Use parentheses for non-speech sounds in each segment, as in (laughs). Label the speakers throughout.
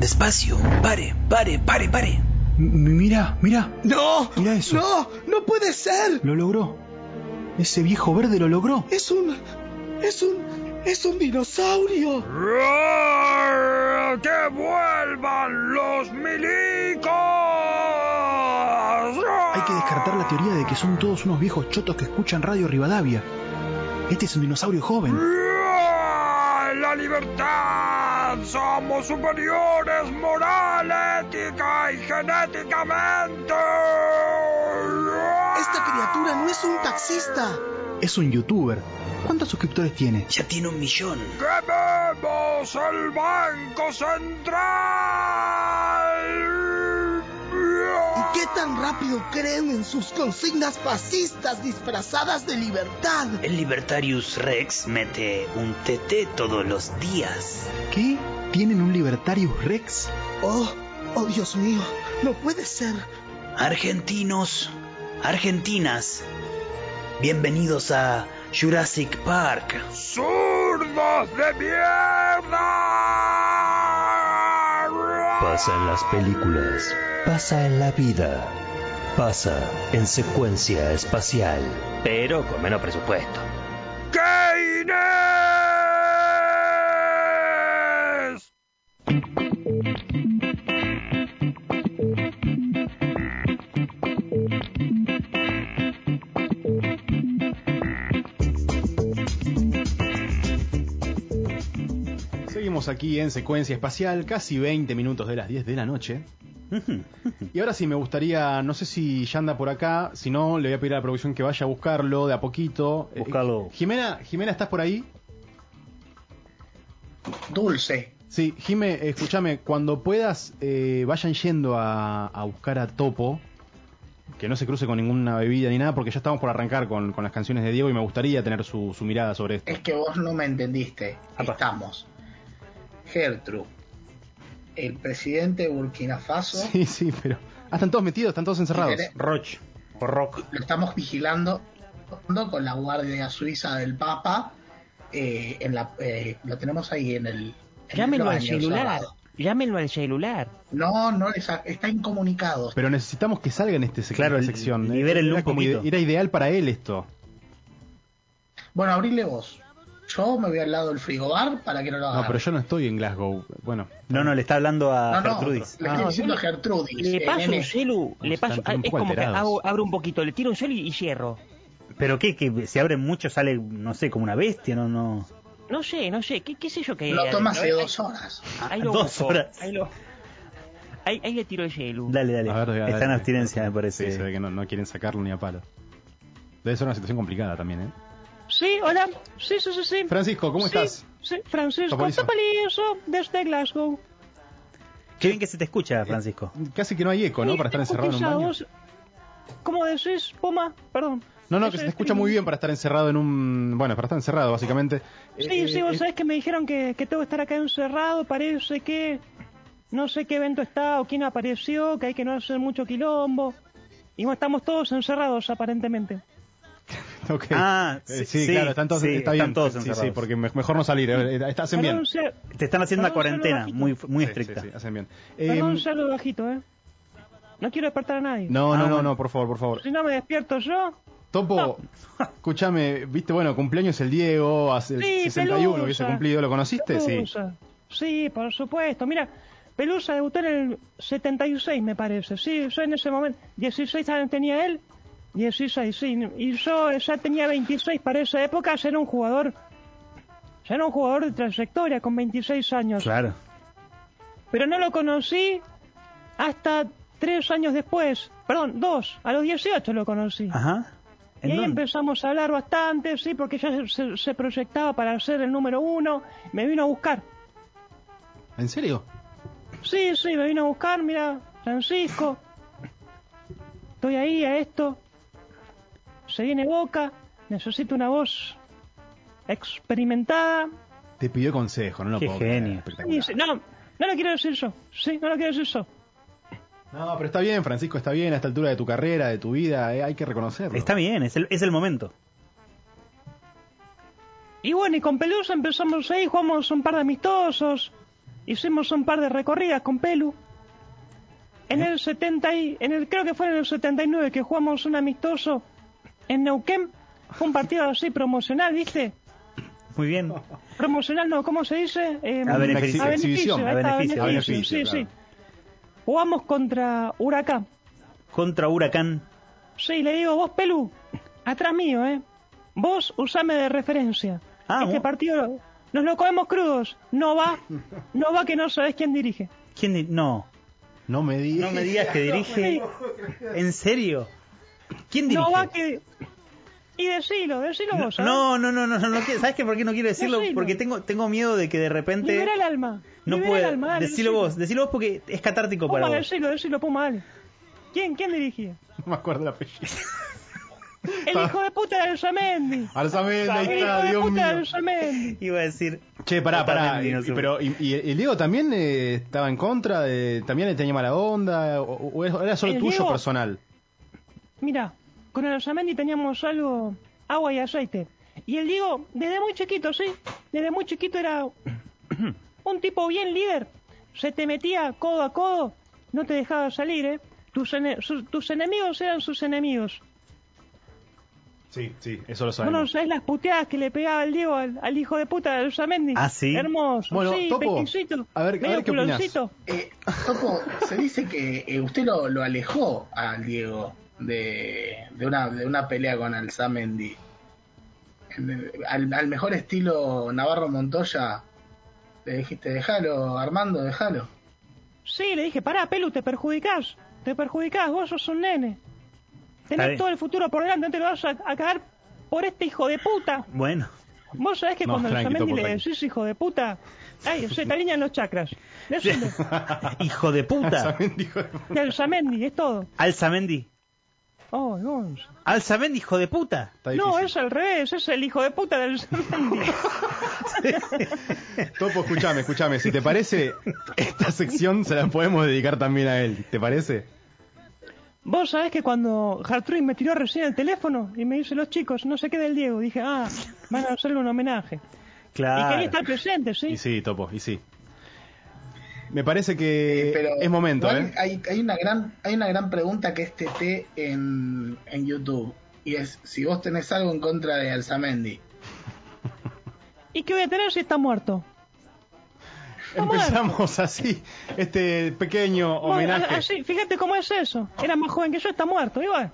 Speaker 1: Despacio. Pare, pare, pare, pare.
Speaker 2: M- mira, mira.
Speaker 3: ¡No!
Speaker 2: Mira eso.
Speaker 3: ¡No! ¡No puede ser!
Speaker 2: Lo logró. Ese viejo verde lo logró.
Speaker 3: Es un. Es un. Es un dinosaurio.
Speaker 4: ¡Roar! ¡Que vuelvan los milicos! ¡Roar!
Speaker 2: Hay que descartar la teoría de que son todos unos viejos chotos que escuchan Radio Rivadavia. Este es un dinosaurio joven.
Speaker 4: ¡Roar! ¡La libertad! ¡Somos superiores moral, ética y genéticamente! ¡Roar!
Speaker 3: Esta criatura no es un taxista.
Speaker 2: Es un youtuber. ¿Cuántos suscriptores tiene?
Speaker 1: Ya tiene un millón.
Speaker 4: ¡Quememos el Banco Central!
Speaker 3: ¿Y qué tan rápido creen en sus consignas fascistas disfrazadas de libertad?
Speaker 1: El Libertarius Rex mete un TT todos los días.
Speaker 2: ¿Qué? ¿Tienen un Libertarius Rex?
Speaker 3: Oh, oh Dios mío, no puede ser.
Speaker 1: Argentinos, argentinas, bienvenidos a Jurassic Park.
Speaker 4: ¡Zurdos de mierda!
Speaker 5: Pasa en las películas, pasa en la vida, pasa en secuencia espacial, pero con menos presupuesto.
Speaker 4: ¡Que Inés!
Speaker 2: Seguimos aquí en secuencia espacial, casi 20 minutos de las 10 de la noche. Y ahora sí me gustaría, no sé si ya anda por acá, si no le voy a pedir a la producción que vaya a buscarlo de a poquito. Eh,
Speaker 6: Búscalo.
Speaker 2: Jimena, Jimena, ¿estás por ahí?
Speaker 7: Dulce.
Speaker 2: Sí, Jime, escúchame, cuando puedas, eh, vayan yendo a, a buscar a Topo, que no se cruce con ninguna bebida ni nada, porque ya estamos por arrancar con, con las canciones de Diego y me gustaría tener su, su mirada sobre esto.
Speaker 7: Es que vos no me entendiste.
Speaker 2: Apa.
Speaker 7: Estamos. Gertrude, el presidente de Burkina Faso,
Speaker 2: Sí, sí, pero... Ah, están todos metidos, están todos encerrados.
Speaker 7: Jimena.
Speaker 6: Roch. Por rock.
Speaker 7: lo estamos vigilando con la Guardia Suiza del Papa. eh, en la, eh, lo tenemos ahí en el. en
Speaker 8: Llámenlo
Speaker 7: el
Speaker 8: al
Speaker 7: baño,
Speaker 8: celular.
Speaker 7: cerrado.
Speaker 8: Llámenlo al celular.
Speaker 7: No, no, esa- está incomunicado.
Speaker 2: Pero necesitamos que salga en este sec-
Speaker 6: Claro,
Speaker 2: esta sección.
Speaker 6: libérenlo
Speaker 2: Era
Speaker 6: un
Speaker 2: como
Speaker 6: poquito.
Speaker 2: ide- era ideal para él esto.
Speaker 7: Bueno, abrile vos. Yo me voy al lado del frigobar para que no lo hagan.
Speaker 2: No, pero yo no estoy en Glasgow. Bueno,
Speaker 6: No, no, le está hablando a
Speaker 7: No, no,
Speaker 6: Gertrudis.
Speaker 7: le
Speaker 2: Ah.
Speaker 7: estoy diciendo a
Speaker 8: Le-
Speaker 7: Gertrudis.
Speaker 8: Le
Speaker 7: eh,
Speaker 8: paso
Speaker 7: nene.
Speaker 8: un celu, le
Speaker 2: Están
Speaker 8: paso,
Speaker 2: un
Speaker 8: es
Speaker 2: poco
Speaker 8: como que
Speaker 2: alterados.
Speaker 8: hago- abro un poquito, le tiro un celu y, y cierro.
Speaker 6: Pero qué, que se abre mucho, sale, no sé, como una bestia, no, no.
Speaker 8: No sé, no sé, qué, qué sé yo que eh?
Speaker 7: Lo toma hace dos horas.
Speaker 8: Ahí lo
Speaker 6: Dos
Speaker 8: busco,
Speaker 6: horas.
Speaker 8: Ahí, lo- ahí- ahí le tiro el celu.
Speaker 6: Dale, dale.
Speaker 2: A ver, dale,
Speaker 6: está en
Speaker 2: dale.
Speaker 6: abstinencia, me
Speaker 2: sí,
Speaker 6: parece.
Speaker 2: se ve que no, no quieren sacarlo ni a palo. Debe ser una situación complicada también, ¿eh?
Speaker 8: Sí, hola. Sí, sí, sí, sí.
Speaker 2: Francisco, ¿cómo
Speaker 8: Sí,
Speaker 2: estás?
Speaker 8: Sí, Francisco
Speaker 2: Topalizo.
Speaker 8: Topalizo, desde Glasgow.
Speaker 6: Qué bien que se te escucha, Francisco.
Speaker 2: Casi que no hay eco, ¿no? Para estar encerrado en un baño.
Speaker 8: ¿Cómo decís, Puma? Perdón.
Speaker 2: No, no, que se te escucha muy bien para estar encerrado en un... Bueno, para estar encerrado, básicamente. (laughs)
Speaker 8: Sí,
Speaker 2: eh,
Speaker 8: sí, vos sabés que me dijeron que, que tengo que estar acá encerrado, parece que no sé qué evento está o quién apareció, que hay que no hacer mucho quilombo. Y bueno, estamos todos encerrados aparentemente.
Speaker 2: Ok.
Speaker 6: Ah,
Speaker 2: Eh,
Speaker 6: sí,
Speaker 2: sí, claro, están todos,
Speaker 6: sí,
Speaker 2: está
Speaker 6: están
Speaker 2: bien.
Speaker 6: todos
Speaker 2: sí, sí,
Speaker 6: encerrados.
Speaker 2: porque me- mejor no salir. eh, eh, está- Hacen bien.
Speaker 8: Perdón, sea-
Speaker 6: Te están haciendo una
Speaker 8: Perdón, solo
Speaker 6: cuarentena
Speaker 8: bajito.
Speaker 6: muy, muy
Speaker 2: Sí, sí,
Speaker 6: estricta.
Speaker 2: sí, hacen bien.
Speaker 8: perdón,
Speaker 2: Eh,
Speaker 8: salgo bajito, ¿eh? No quiero despertar a nadie.
Speaker 2: no,
Speaker 6: Ah,
Speaker 2: no, no,
Speaker 6: bueno.
Speaker 2: no, por favor, por favor.
Speaker 8: Si no me despierto yo,
Speaker 2: Topo, escúchame, viste, bueno, cumpleaños el Diego, hace el
Speaker 8: Ah. Sí,
Speaker 2: 61
Speaker 8: Pelusa.
Speaker 2: hubiese cumplido, ¿lo conociste? Sí.
Speaker 8: Pelusa. Sí, por supuesto. Mira, Pelusa debutó en el 76, me parece. Sí, yo en ese momento. 16 años tenía él. 16, sí. Y yo ya tenía 26 para esa época. Ya era un jugador. Ya era un jugador de trayectoria con 26 años.
Speaker 6: Claro.
Speaker 8: Pero no lo conocí hasta tres años después. Perdón, dos. A los 18 lo conocí.
Speaker 6: Ajá.
Speaker 8: Y
Speaker 6: Ah, ¿En
Speaker 8: ahí
Speaker 6: dónde?
Speaker 8: empezamos a hablar bastante, sí, porque ya se- se, se proyectaba para ser el número uno. Me vino a buscar.
Speaker 2: ¿En serio?
Speaker 8: Sí, sí, me vino a buscar, mira, Francisco. Estoy ahí a esto. Se viene Boca. Necesito una voz experimentada.
Speaker 2: Te pidió consejo, no lo
Speaker 6: Qué
Speaker 2: puedo creer,
Speaker 6: genio.
Speaker 8: Y
Speaker 2: espectacular.
Speaker 8: dice, no, no lo quiero decir yo. Sí, no lo quiero decir yo.
Speaker 2: No, pero está bien, Francisco, está bien a esta altura de tu carrera, de tu vida, eh, hay que reconocerlo.
Speaker 6: Está bien, es el, es el momento.
Speaker 8: Y bueno, y con Pelusa empezamos ahí, jugamos un par de amistosos. Hicimos un par de recorridas con Pelu. En el 70 y, en el, creo que fue en el 79 que jugamos un amistoso en Neuquén. Fue un partido así promocional, ¿viste?
Speaker 6: Muy bien.
Speaker 8: Promocional no, ¿cómo se dice? Eh,
Speaker 6: A beneficio.
Speaker 8: A beneficio,
Speaker 2: Exhibición,
Speaker 8: ahí
Speaker 6: a
Speaker 8: está,
Speaker 6: beneficio, a
Speaker 8: Sí,
Speaker 2: beneficio,
Speaker 8: sí. Jugamos contra Huracán.
Speaker 6: Contra Huracán.
Speaker 8: Sí, le digo, vos, Pelu, atrás mío, ¿eh? Vos usame de referencia.
Speaker 6: Ah,
Speaker 8: este
Speaker 6: vos-
Speaker 8: partido nos lo comemos crudos. No va, no va que no sabés quién dirige.
Speaker 6: ¿Quién? di- No.
Speaker 2: No me digas.
Speaker 6: No me digas que dirige. ¿En serio? ¿Quién dirige?
Speaker 8: No va que... Y decilo, decilo vos. ¿eh? ¿sabés?
Speaker 6: No, no, no, no, no, no quiero- ¿Sabes qué? ¿Por qué no quiero decirlo?
Speaker 8: Decilo.
Speaker 6: Porque tengo, tengo miedo de que de repente.
Speaker 8: Libera el alma.
Speaker 6: no
Speaker 8: libera
Speaker 6: puedo.
Speaker 8: el alma, dale,
Speaker 6: decilo
Speaker 8: decilo.
Speaker 6: vos, decilo vos porque es catártico para
Speaker 8: Puma,
Speaker 6: vos.
Speaker 8: decilo, decilo, Puma, dale. ¿Quién, quién dirigía?
Speaker 2: (laughs) No me acuerdo el apellido.
Speaker 8: El hijo de puta de Arzamendi.
Speaker 2: Arzamendi, ahí
Speaker 8: El
Speaker 2: está,
Speaker 8: hijo de
Speaker 2: Dios
Speaker 8: puta de
Speaker 2: mío.
Speaker 8: Arzamendi.
Speaker 6: Iba a decir.
Speaker 2: Che, pará, pará.
Speaker 6: Arzamendi, no sé.
Speaker 2: pero, y, y el Diego también eh, estaba en contra? De, ¿También le tenía mala onda? ¿O, o era solo
Speaker 8: ¿El
Speaker 2: tuyo
Speaker 8: Eh, Diego?
Speaker 2: personal?
Speaker 8: Mira, con el Arzamendi teníamos algo, agua y aceite. Y el Diego, desde muy chiquito, sí, desde muy chiquito
Speaker 2: (coughs)
Speaker 8: era un tipo bien líder. Se te metía codo a codo, no te dejaba salir, ¿eh? Tus, ene- su- tus enemigos eran sus enemigos.
Speaker 2: Sí, sí, eso lo
Speaker 8: Bueno, ¿sabes las puteadas que le pegaba el Diego al, al hijo de puta de Arzamendi?
Speaker 6: Ah, ¿sí?
Speaker 8: Hermoso,
Speaker 2: Bueno,
Speaker 8: sí,
Speaker 2: Topo,
Speaker 8: pequincito,
Speaker 2: a ver- a
Speaker 8: medio
Speaker 2: ver qué opinás.
Speaker 8: culoncito.
Speaker 7: Eh, Topo, se dice que eh, usted lo, lo alejó al Diego de, de, una, de una pelea con Alzamendi. En el- Al, al mejor estilo Navarro Montoya, le dijiste, déjalo, Armando, déjalo.
Speaker 8: Sí, le dije, pará, Pelu, te perjudicás. Te perjudicás, vos sos un nene.
Speaker 6: Está bien.
Speaker 8: Tenés todo el futuro por delante, no te lo vas a, a cagar por este hijo de puta.
Speaker 6: Bueno,
Speaker 8: Vos sabés que
Speaker 2: No,
Speaker 8: cuando
Speaker 2: tranqui,
Speaker 8: Arzamendi
Speaker 2: topo,
Speaker 8: le
Speaker 2: tranqui.
Speaker 8: decís hijo de puta, ay, se te alinean los chakras. Decime,
Speaker 6: hijo
Speaker 2: (laughs)
Speaker 6: de puta.
Speaker 2: Arzamendi, hijo de-
Speaker 8: de Arzamendi, es todo.
Speaker 6: Alzamendi.
Speaker 8: Oh, no.
Speaker 6: Alzamendi, hijo de puta.
Speaker 2: Está
Speaker 8: No,
Speaker 2: difícil.
Speaker 8: es al revés, es el hijo de puta del Arzamendi.
Speaker 2: Topo, escúchame, escúchame. Si te
Speaker 8: (laughs)
Speaker 2: parece, esta sección se la podemos dedicar también a él. ¿Te parece?
Speaker 8: Vos sabés que cuando Hartrud me tiró recién el teléfono y me dice, los chicos, no sé qué del Diego, dije, ah, van a hacerle un homenaje. Y quería
Speaker 6: Claro.
Speaker 8: estar presente, ¿sí?
Speaker 2: Y sí, Topo, y sí. Me parece que
Speaker 7: Eh,
Speaker 2: es momento,
Speaker 7: igual
Speaker 2: ¿eh?
Speaker 7: Hay, hay una gran, hay una gran pregunta que es TT en, en YouTube. Y es si vos tenés algo en contra de Alzamendi.
Speaker 8: ¿Y qué voy a tener si está muerto? ¿cómo es?
Speaker 2: Empezamos (laughs) así este pequeño
Speaker 8: Bueno,
Speaker 2: homenaje
Speaker 8: así, fíjate cómo es eso. Era más joven que yo, está muerto, igual.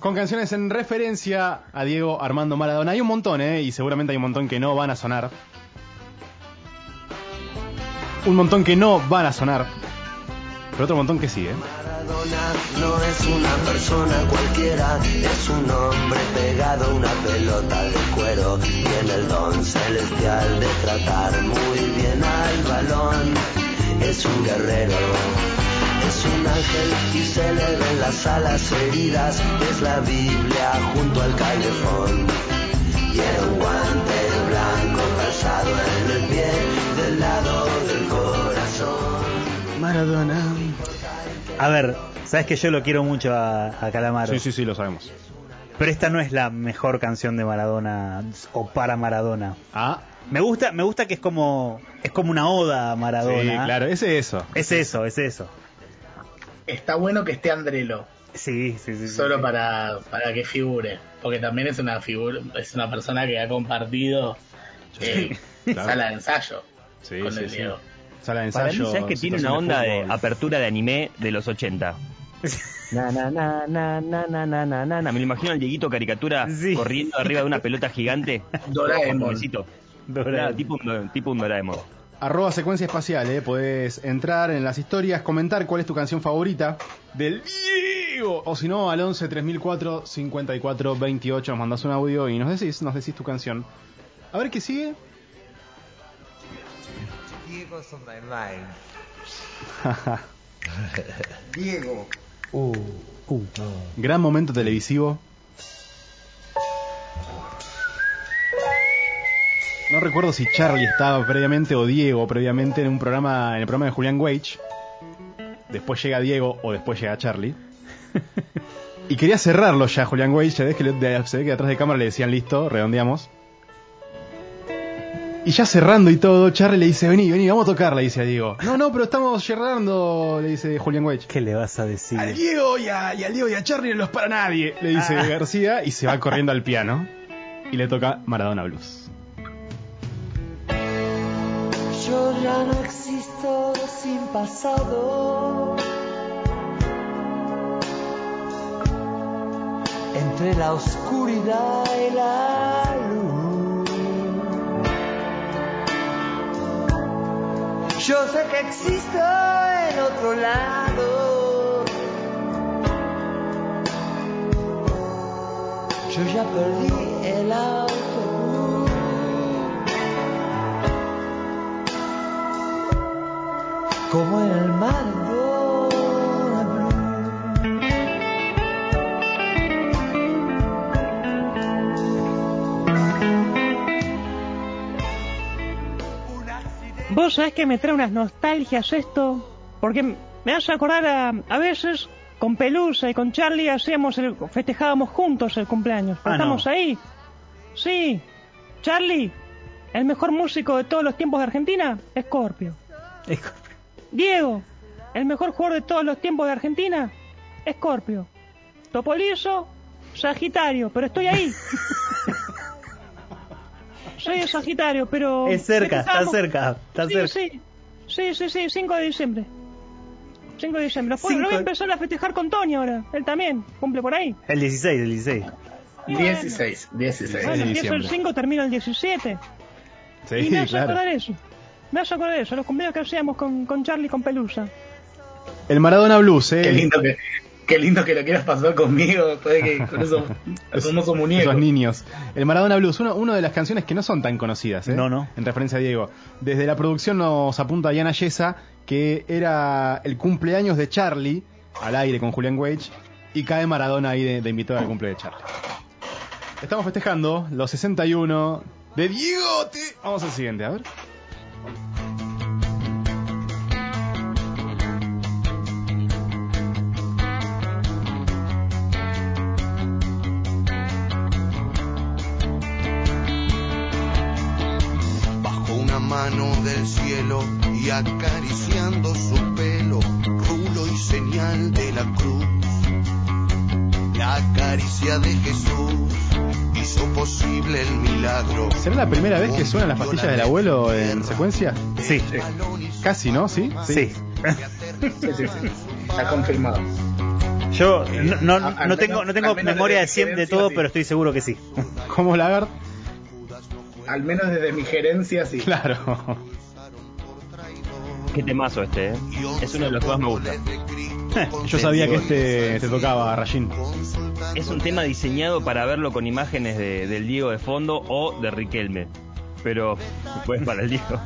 Speaker 2: con canciones en referencia a Diego Armando Maradona. Hay un montón, ¿eh? Y seguramente hay un montón que no van a sonar. Un montón que no van a sonar. Pero otro montón que sí, ¿eh?
Speaker 5: Maradona no es una persona cualquiera, es un hombre pegado a una pelota de cuero. Tiene el don celestial de tratar muy bien al balón. Es un guerrero, es un ángel y se le ven las alas heridas. Es la Biblia junto al calefón. Y era un guante blanco calzado en el pie del lado del corazón. Maradona.
Speaker 6: A ver, sabes que yo lo quiero mucho a, a Calamaro.
Speaker 2: Sí, sí, sí, lo sabemos.
Speaker 6: Pero esta no es la mejor canción de Maradona o para Maradona.
Speaker 2: Ah,
Speaker 6: Me gusta, me gusta que es como es como una oda a Maradona.
Speaker 2: sí, claro, ese es eso.
Speaker 6: Es eso, es eso.
Speaker 7: Está bueno que esté Andrelo,
Speaker 6: Sí, sí, sí. sí.
Speaker 7: solo para, para que figure. Porque también es una figura, es una persona que ha compartido eh,
Speaker 2: (laughs) claro.
Speaker 7: sala de ensayo
Speaker 2: Sí,
Speaker 7: con
Speaker 2: sí,
Speaker 7: el
Speaker 2: sí.
Speaker 7: Diego.
Speaker 2: Sala de
Speaker 9: Para mí,
Speaker 2: ensayo.
Speaker 9: ¿sabes que tiene una
Speaker 2: situación
Speaker 9: onda de
Speaker 2: fútbol.
Speaker 9: apertura de anime de los 80? Na, na, na, na, na, na, na, na, na, na. Me lo imagino al Dieguito caricatura
Speaker 6: Sí.
Speaker 9: corriendo arriba de una pelota
Speaker 6: (laughs)
Speaker 9: gigante.
Speaker 7: Doraemon.
Speaker 9: Pobrecito. Claro, tipo, un- tipo un Doraemon.
Speaker 2: Arroba secuencia espacial, ¿eh? Podés entrar en las historias, comentar cuál es tu canción favorita del Diego. O si no, al 11 3004 54 28 nos mandás un audio y nos decís, nos decís tu canción. A ver qué sigue.
Speaker 10: Diego's on my mind.
Speaker 3: Diego.
Speaker 2: Gran momento televisivo. No recuerdo si Charlie estaba previamente o Diego previamente en un programa, en el programa de Julián Wage. Después llega Diego o después llega
Speaker 7: (laughs)
Speaker 2: Charlie. y quería cerrarlo ya, Julián Wage. Se ve que, le- de- se ve que atrás de cámara le decían listo, redondeamos. Y ya cerrando y todo, Charlie le dice, vení, vení, vamos a tocar, le dice a Diego. No, no, pero estamos cerrando, le dice Julián Weich.
Speaker 6: ¿Qué le vas a decir?
Speaker 2: Al Diego y, a, y al Diego y a Charlie no los para nadie, le dice
Speaker 6: Ah.
Speaker 2: García y se va corriendo al piano y le toca Maradona Blues.
Speaker 11: Yo ya no existo sin pasado. Entre la oscuridad y la luz. Yo sé que existo en otro lado. Yo ya perdí el autobús. como en el Maradona
Speaker 8: Vos sabés que me trae unas nostalgias esto, porque me hace acordar a, a veces con Pelusa y con Charlie hacíamos el, festejábamos juntos el cumpleaños.
Speaker 6: Ah,
Speaker 8: Estamos ahí. Sí, Charlie, el mejor músico de todos los tiempos de Argentina, Scorpio. Diego, el mejor jugador de todos los tiempos de Argentina, Scorpio. Topolizo, Sagitario, pero estoy
Speaker 6: (laughs)
Speaker 8: ahí. Soy de Sagitario, pero...
Speaker 6: Es cerca, está
Speaker 8: festejamos-
Speaker 6: cerca, está
Speaker 8: sí,
Speaker 6: cerca.
Speaker 8: Sí. sí, sí, sí, 5 de diciembre. 5 de diciembre. Bueno, lo voy a
Speaker 6: Cinco.
Speaker 8: empezar a festejar con Tony ahora. Él también, cumple por ahí.
Speaker 6: El 16, el 16.
Speaker 7: 16, 16.
Speaker 8: Bueno, empiezo el 5, termino el 17.
Speaker 2: Sí,
Speaker 8: y me hace acordar eso. Me hace acordar eso, los cumpleaños que hacíamos con, con Charlie y con Pelusa.
Speaker 2: El Maradona Blues, eh.
Speaker 7: Qué lindo que, qué lindo que lo quieras pasar conmigo después de que
Speaker 2: (laughs)
Speaker 7: con esos hermosos muñecos.
Speaker 2: Esos niños. El Maradona Blues, una, una de las canciones que no son tan conocidas, ¿eh? No, no. En referencia a Diego. Desde la producción nos apunta Diana Yesa que era el cumpleaños de Charlie al aire con Julián Wage y cae Maradona ahí de, de invitado al cumple de Charlie. Estamos festejando los 61 de Diego. Te- Vamos al siguiente, a ver.
Speaker 12: bajo una mano del cielo y acariciando su pelo, rulo y señal de la cruz. La caricia de Jesús hizo posible el milagro.
Speaker 2: ¿Será la primera vez que suenan las pastillas del abuelo en secuencia? Sí. Casi, ¿no? ¿Sí? Sí.
Speaker 7: Sí, sí, sí. Está confirmado.
Speaker 6: Yo no, no- no
Speaker 7: al menos-
Speaker 6: tengo, no tengo
Speaker 7: al menos
Speaker 6: memoria
Speaker 7: de
Speaker 6: de 100 de
Speaker 7: referencia,
Speaker 6: todo,
Speaker 7: sí.
Speaker 6: pero estoy seguro que sí.
Speaker 2: ¿Cómo Lagarde?
Speaker 7: Al menos desde mi gerencia, sí.
Speaker 2: Claro.
Speaker 9: Qué temazo este, ¿eh? Es uno de los que más me gusta.
Speaker 6: (laughs)
Speaker 2: Yo sabía que este te tocaba, Rayín.
Speaker 9: Es un tema diseñado para verlo con imágenes de- del Diego de fondo o de Riquelme. Pero, pues, para
Speaker 6: (laughs)
Speaker 9: el Diego.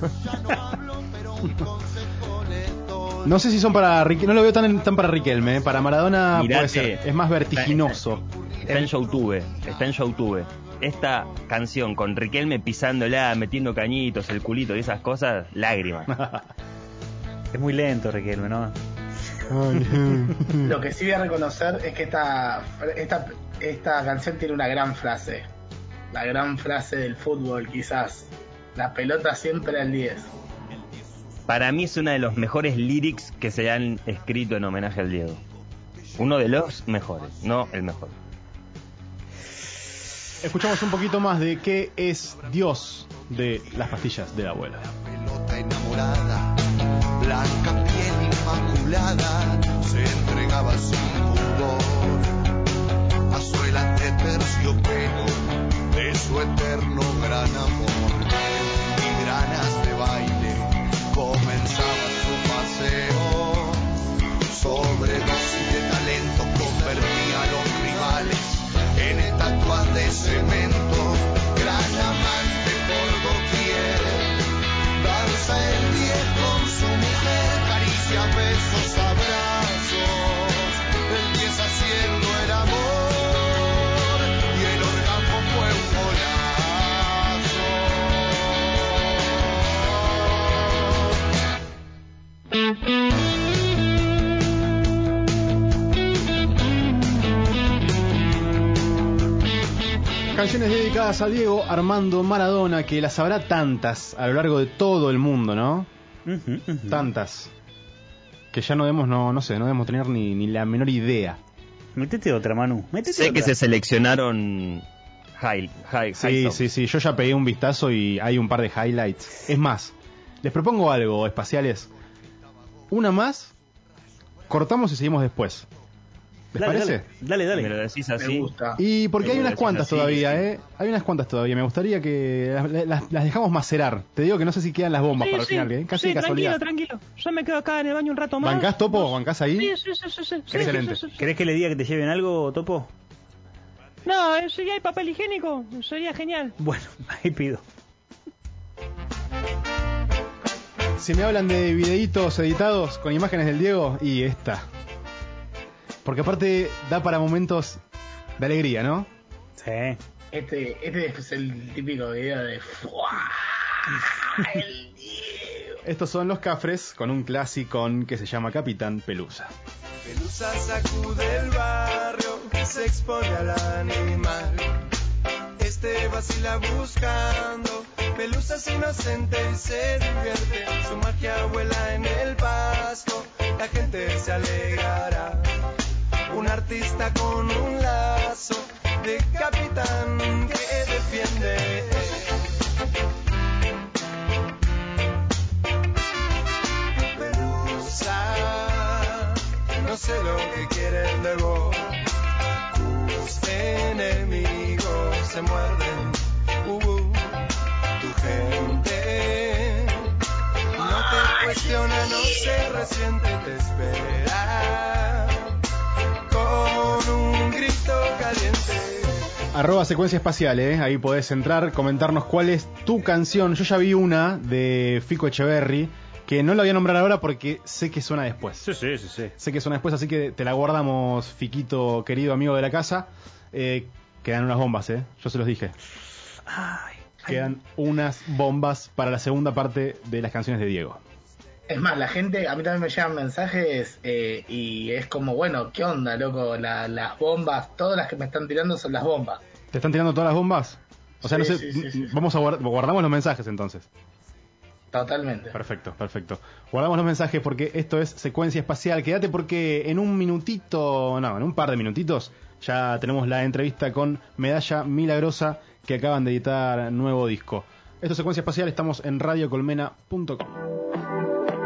Speaker 2: No sé si son para Riquelme, no lo veo tan, tan para Riquelme, ¿eh? para Maradona
Speaker 9: Mirate.
Speaker 2: puede ser, es más vertiginoso.
Speaker 9: Está en Youtube, está en Youtube. Esta canción con Riquelme pisándola, metiendo cañitos, el culito y esas cosas, lágrimas.
Speaker 6: (laughs) Es muy lento, Riquelme, ¿no?
Speaker 7: Lo que sí voy a reconocer es que esta, esta, esta canción tiene una gran frase. La gran frase del fútbol, quizás. La pelota siempre al 10.
Speaker 9: Para mí es una de los mejores lyrics que se han escrito en homenaje al Diego. Uno de los mejores, no el mejor.
Speaker 2: Escuchamos un poquito más de qué es Dios de las pastillas de la abuela.
Speaker 12: enamorada, blanca piel inmaculada, se entregaba sin pudor a suelas de terciopelo de su eterno gran amor. En filigranas de baile comenzaba su paseo, sobredosis de talento convertía a los rivales en estatuas de cemento, gran amante por doquier. Danza el 10 con su mujer, caricia, besos, abrazos. Empieza siendo el amor y el orgasmo fue un
Speaker 2: canciones dedicadas a Diego Armando Maradona, que las habrá tantas a lo largo de todo el mundo, ¿no?
Speaker 9: Mm.
Speaker 2: Tantas. Que ya no debemos, no, no sé, no debemos tener ni, ni la menor idea.
Speaker 6: Métete otra, Manu. Métete
Speaker 9: Sé que
Speaker 6: otra.
Speaker 9: se seleccionaron high, high, high
Speaker 2: Sí,
Speaker 9: top.
Speaker 2: sí, sí, yo ya pegué un vistazo y hay un par de highlights. Es más, les propongo algo, espaciales. Una más, cortamos y seguimos después. ¿Les
Speaker 9: Dale,
Speaker 2: parece?
Speaker 6: Dale, dale.
Speaker 9: Me lo decís así.
Speaker 2: Y porque
Speaker 9: Me
Speaker 2: hay
Speaker 9: lo
Speaker 2: unas
Speaker 9: decís
Speaker 2: cuantas
Speaker 9: así,
Speaker 2: todavía,
Speaker 9: sí.
Speaker 2: ¿eh? Hay unas cuantas todavía. Me gustaría que las, las- las dejamos macerar. Te digo que no sé si quedan las bombas
Speaker 8: Sí,
Speaker 2: para el
Speaker 8: sí,
Speaker 2: final, ¿eh? Casi
Speaker 8: sí,
Speaker 2: de casualidad.
Speaker 8: tranquilo, tranquilo. Yo me quedo acá en el baño un rato más.
Speaker 2: ¿Bancás, Topo? ¿Bancás ahí?
Speaker 8: Sí, sí, sí, sí, sí, sí, sí, sí, sí.
Speaker 6: ¿Querés que le diga que te lleven algo, Topo? (laughs)
Speaker 8: No, eh, si hay papel higiénico, sería genial.
Speaker 6: Bueno, ahí pido.
Speaker 2: Si me hablan de videitos editados con imágenes del Diego, y esta. Porque aparte da para momentos de alegría, ¿no?
Speaker 6: Sí.
Speaker 7: Este, este es el típico video de ¡Fua! El-
Speaker 2: Estos son los cafres con un clasicón que se llama Capitán Pelusa.
Speaker 13: Pelusa sacude el barrio, se expone al animal. Este vacila buscando, Pelusa es inocente y se divierte. Su magia vuela en el pasto, la gente se alegrará. Un artista con un lazo de capitán que defiende. Pelusa, no sé lo que quiere luego. Tus enemigos se muerden. Uh, uh. Tu gente no te cuestiona, no se resiente, te espera con un grito caliente.
Speaker 2: Arroba secuencia espacial, ¿eh? Ahí podés entrar, comentarnos cuál es tu canción. Yo ya vi una de Fico Echeverry, que no la voy a nombrar ahora porque sé que suena después.
Speaker 6: Sí, sí, sí, sí.
Speaker 2: Sé que suena después, así que te la guardamos, Fiquito, querido amigo de la casa. Eh, quedan unas bombas, ¿eh? Yo se los dije. Quedan unas bombas para la segunda parte de las canciones de Diego.
Speaker 7: Es más, la gente, a mí también me llegan mensajes eh, y es como, bueno, ¿qué onda, loco? La- las bombas, todas las que me están tirando son las bombas.
Speaker 2: ¿Te están tirando todas las bombas? O sea, no
Speaker 7: Sí,
Speaker 2: sé,
Speaker 7: sí, sí, sí.
Speaker 2: vamos a guardar, guardamos los mensajes entonces.
Speaker 7: Totalmente.
Speaker 2: Perfecto, perfecto. Guardamos los mensajes porque esto es secuencia espacial. Quédate porque en un minutito, no, en un par de minutitos, ya tenemos la entrevista con Medalla Milagrosa que acaban de editar nuevo disco. Esto es secuencia espacial, estamos en radiocolmena.com.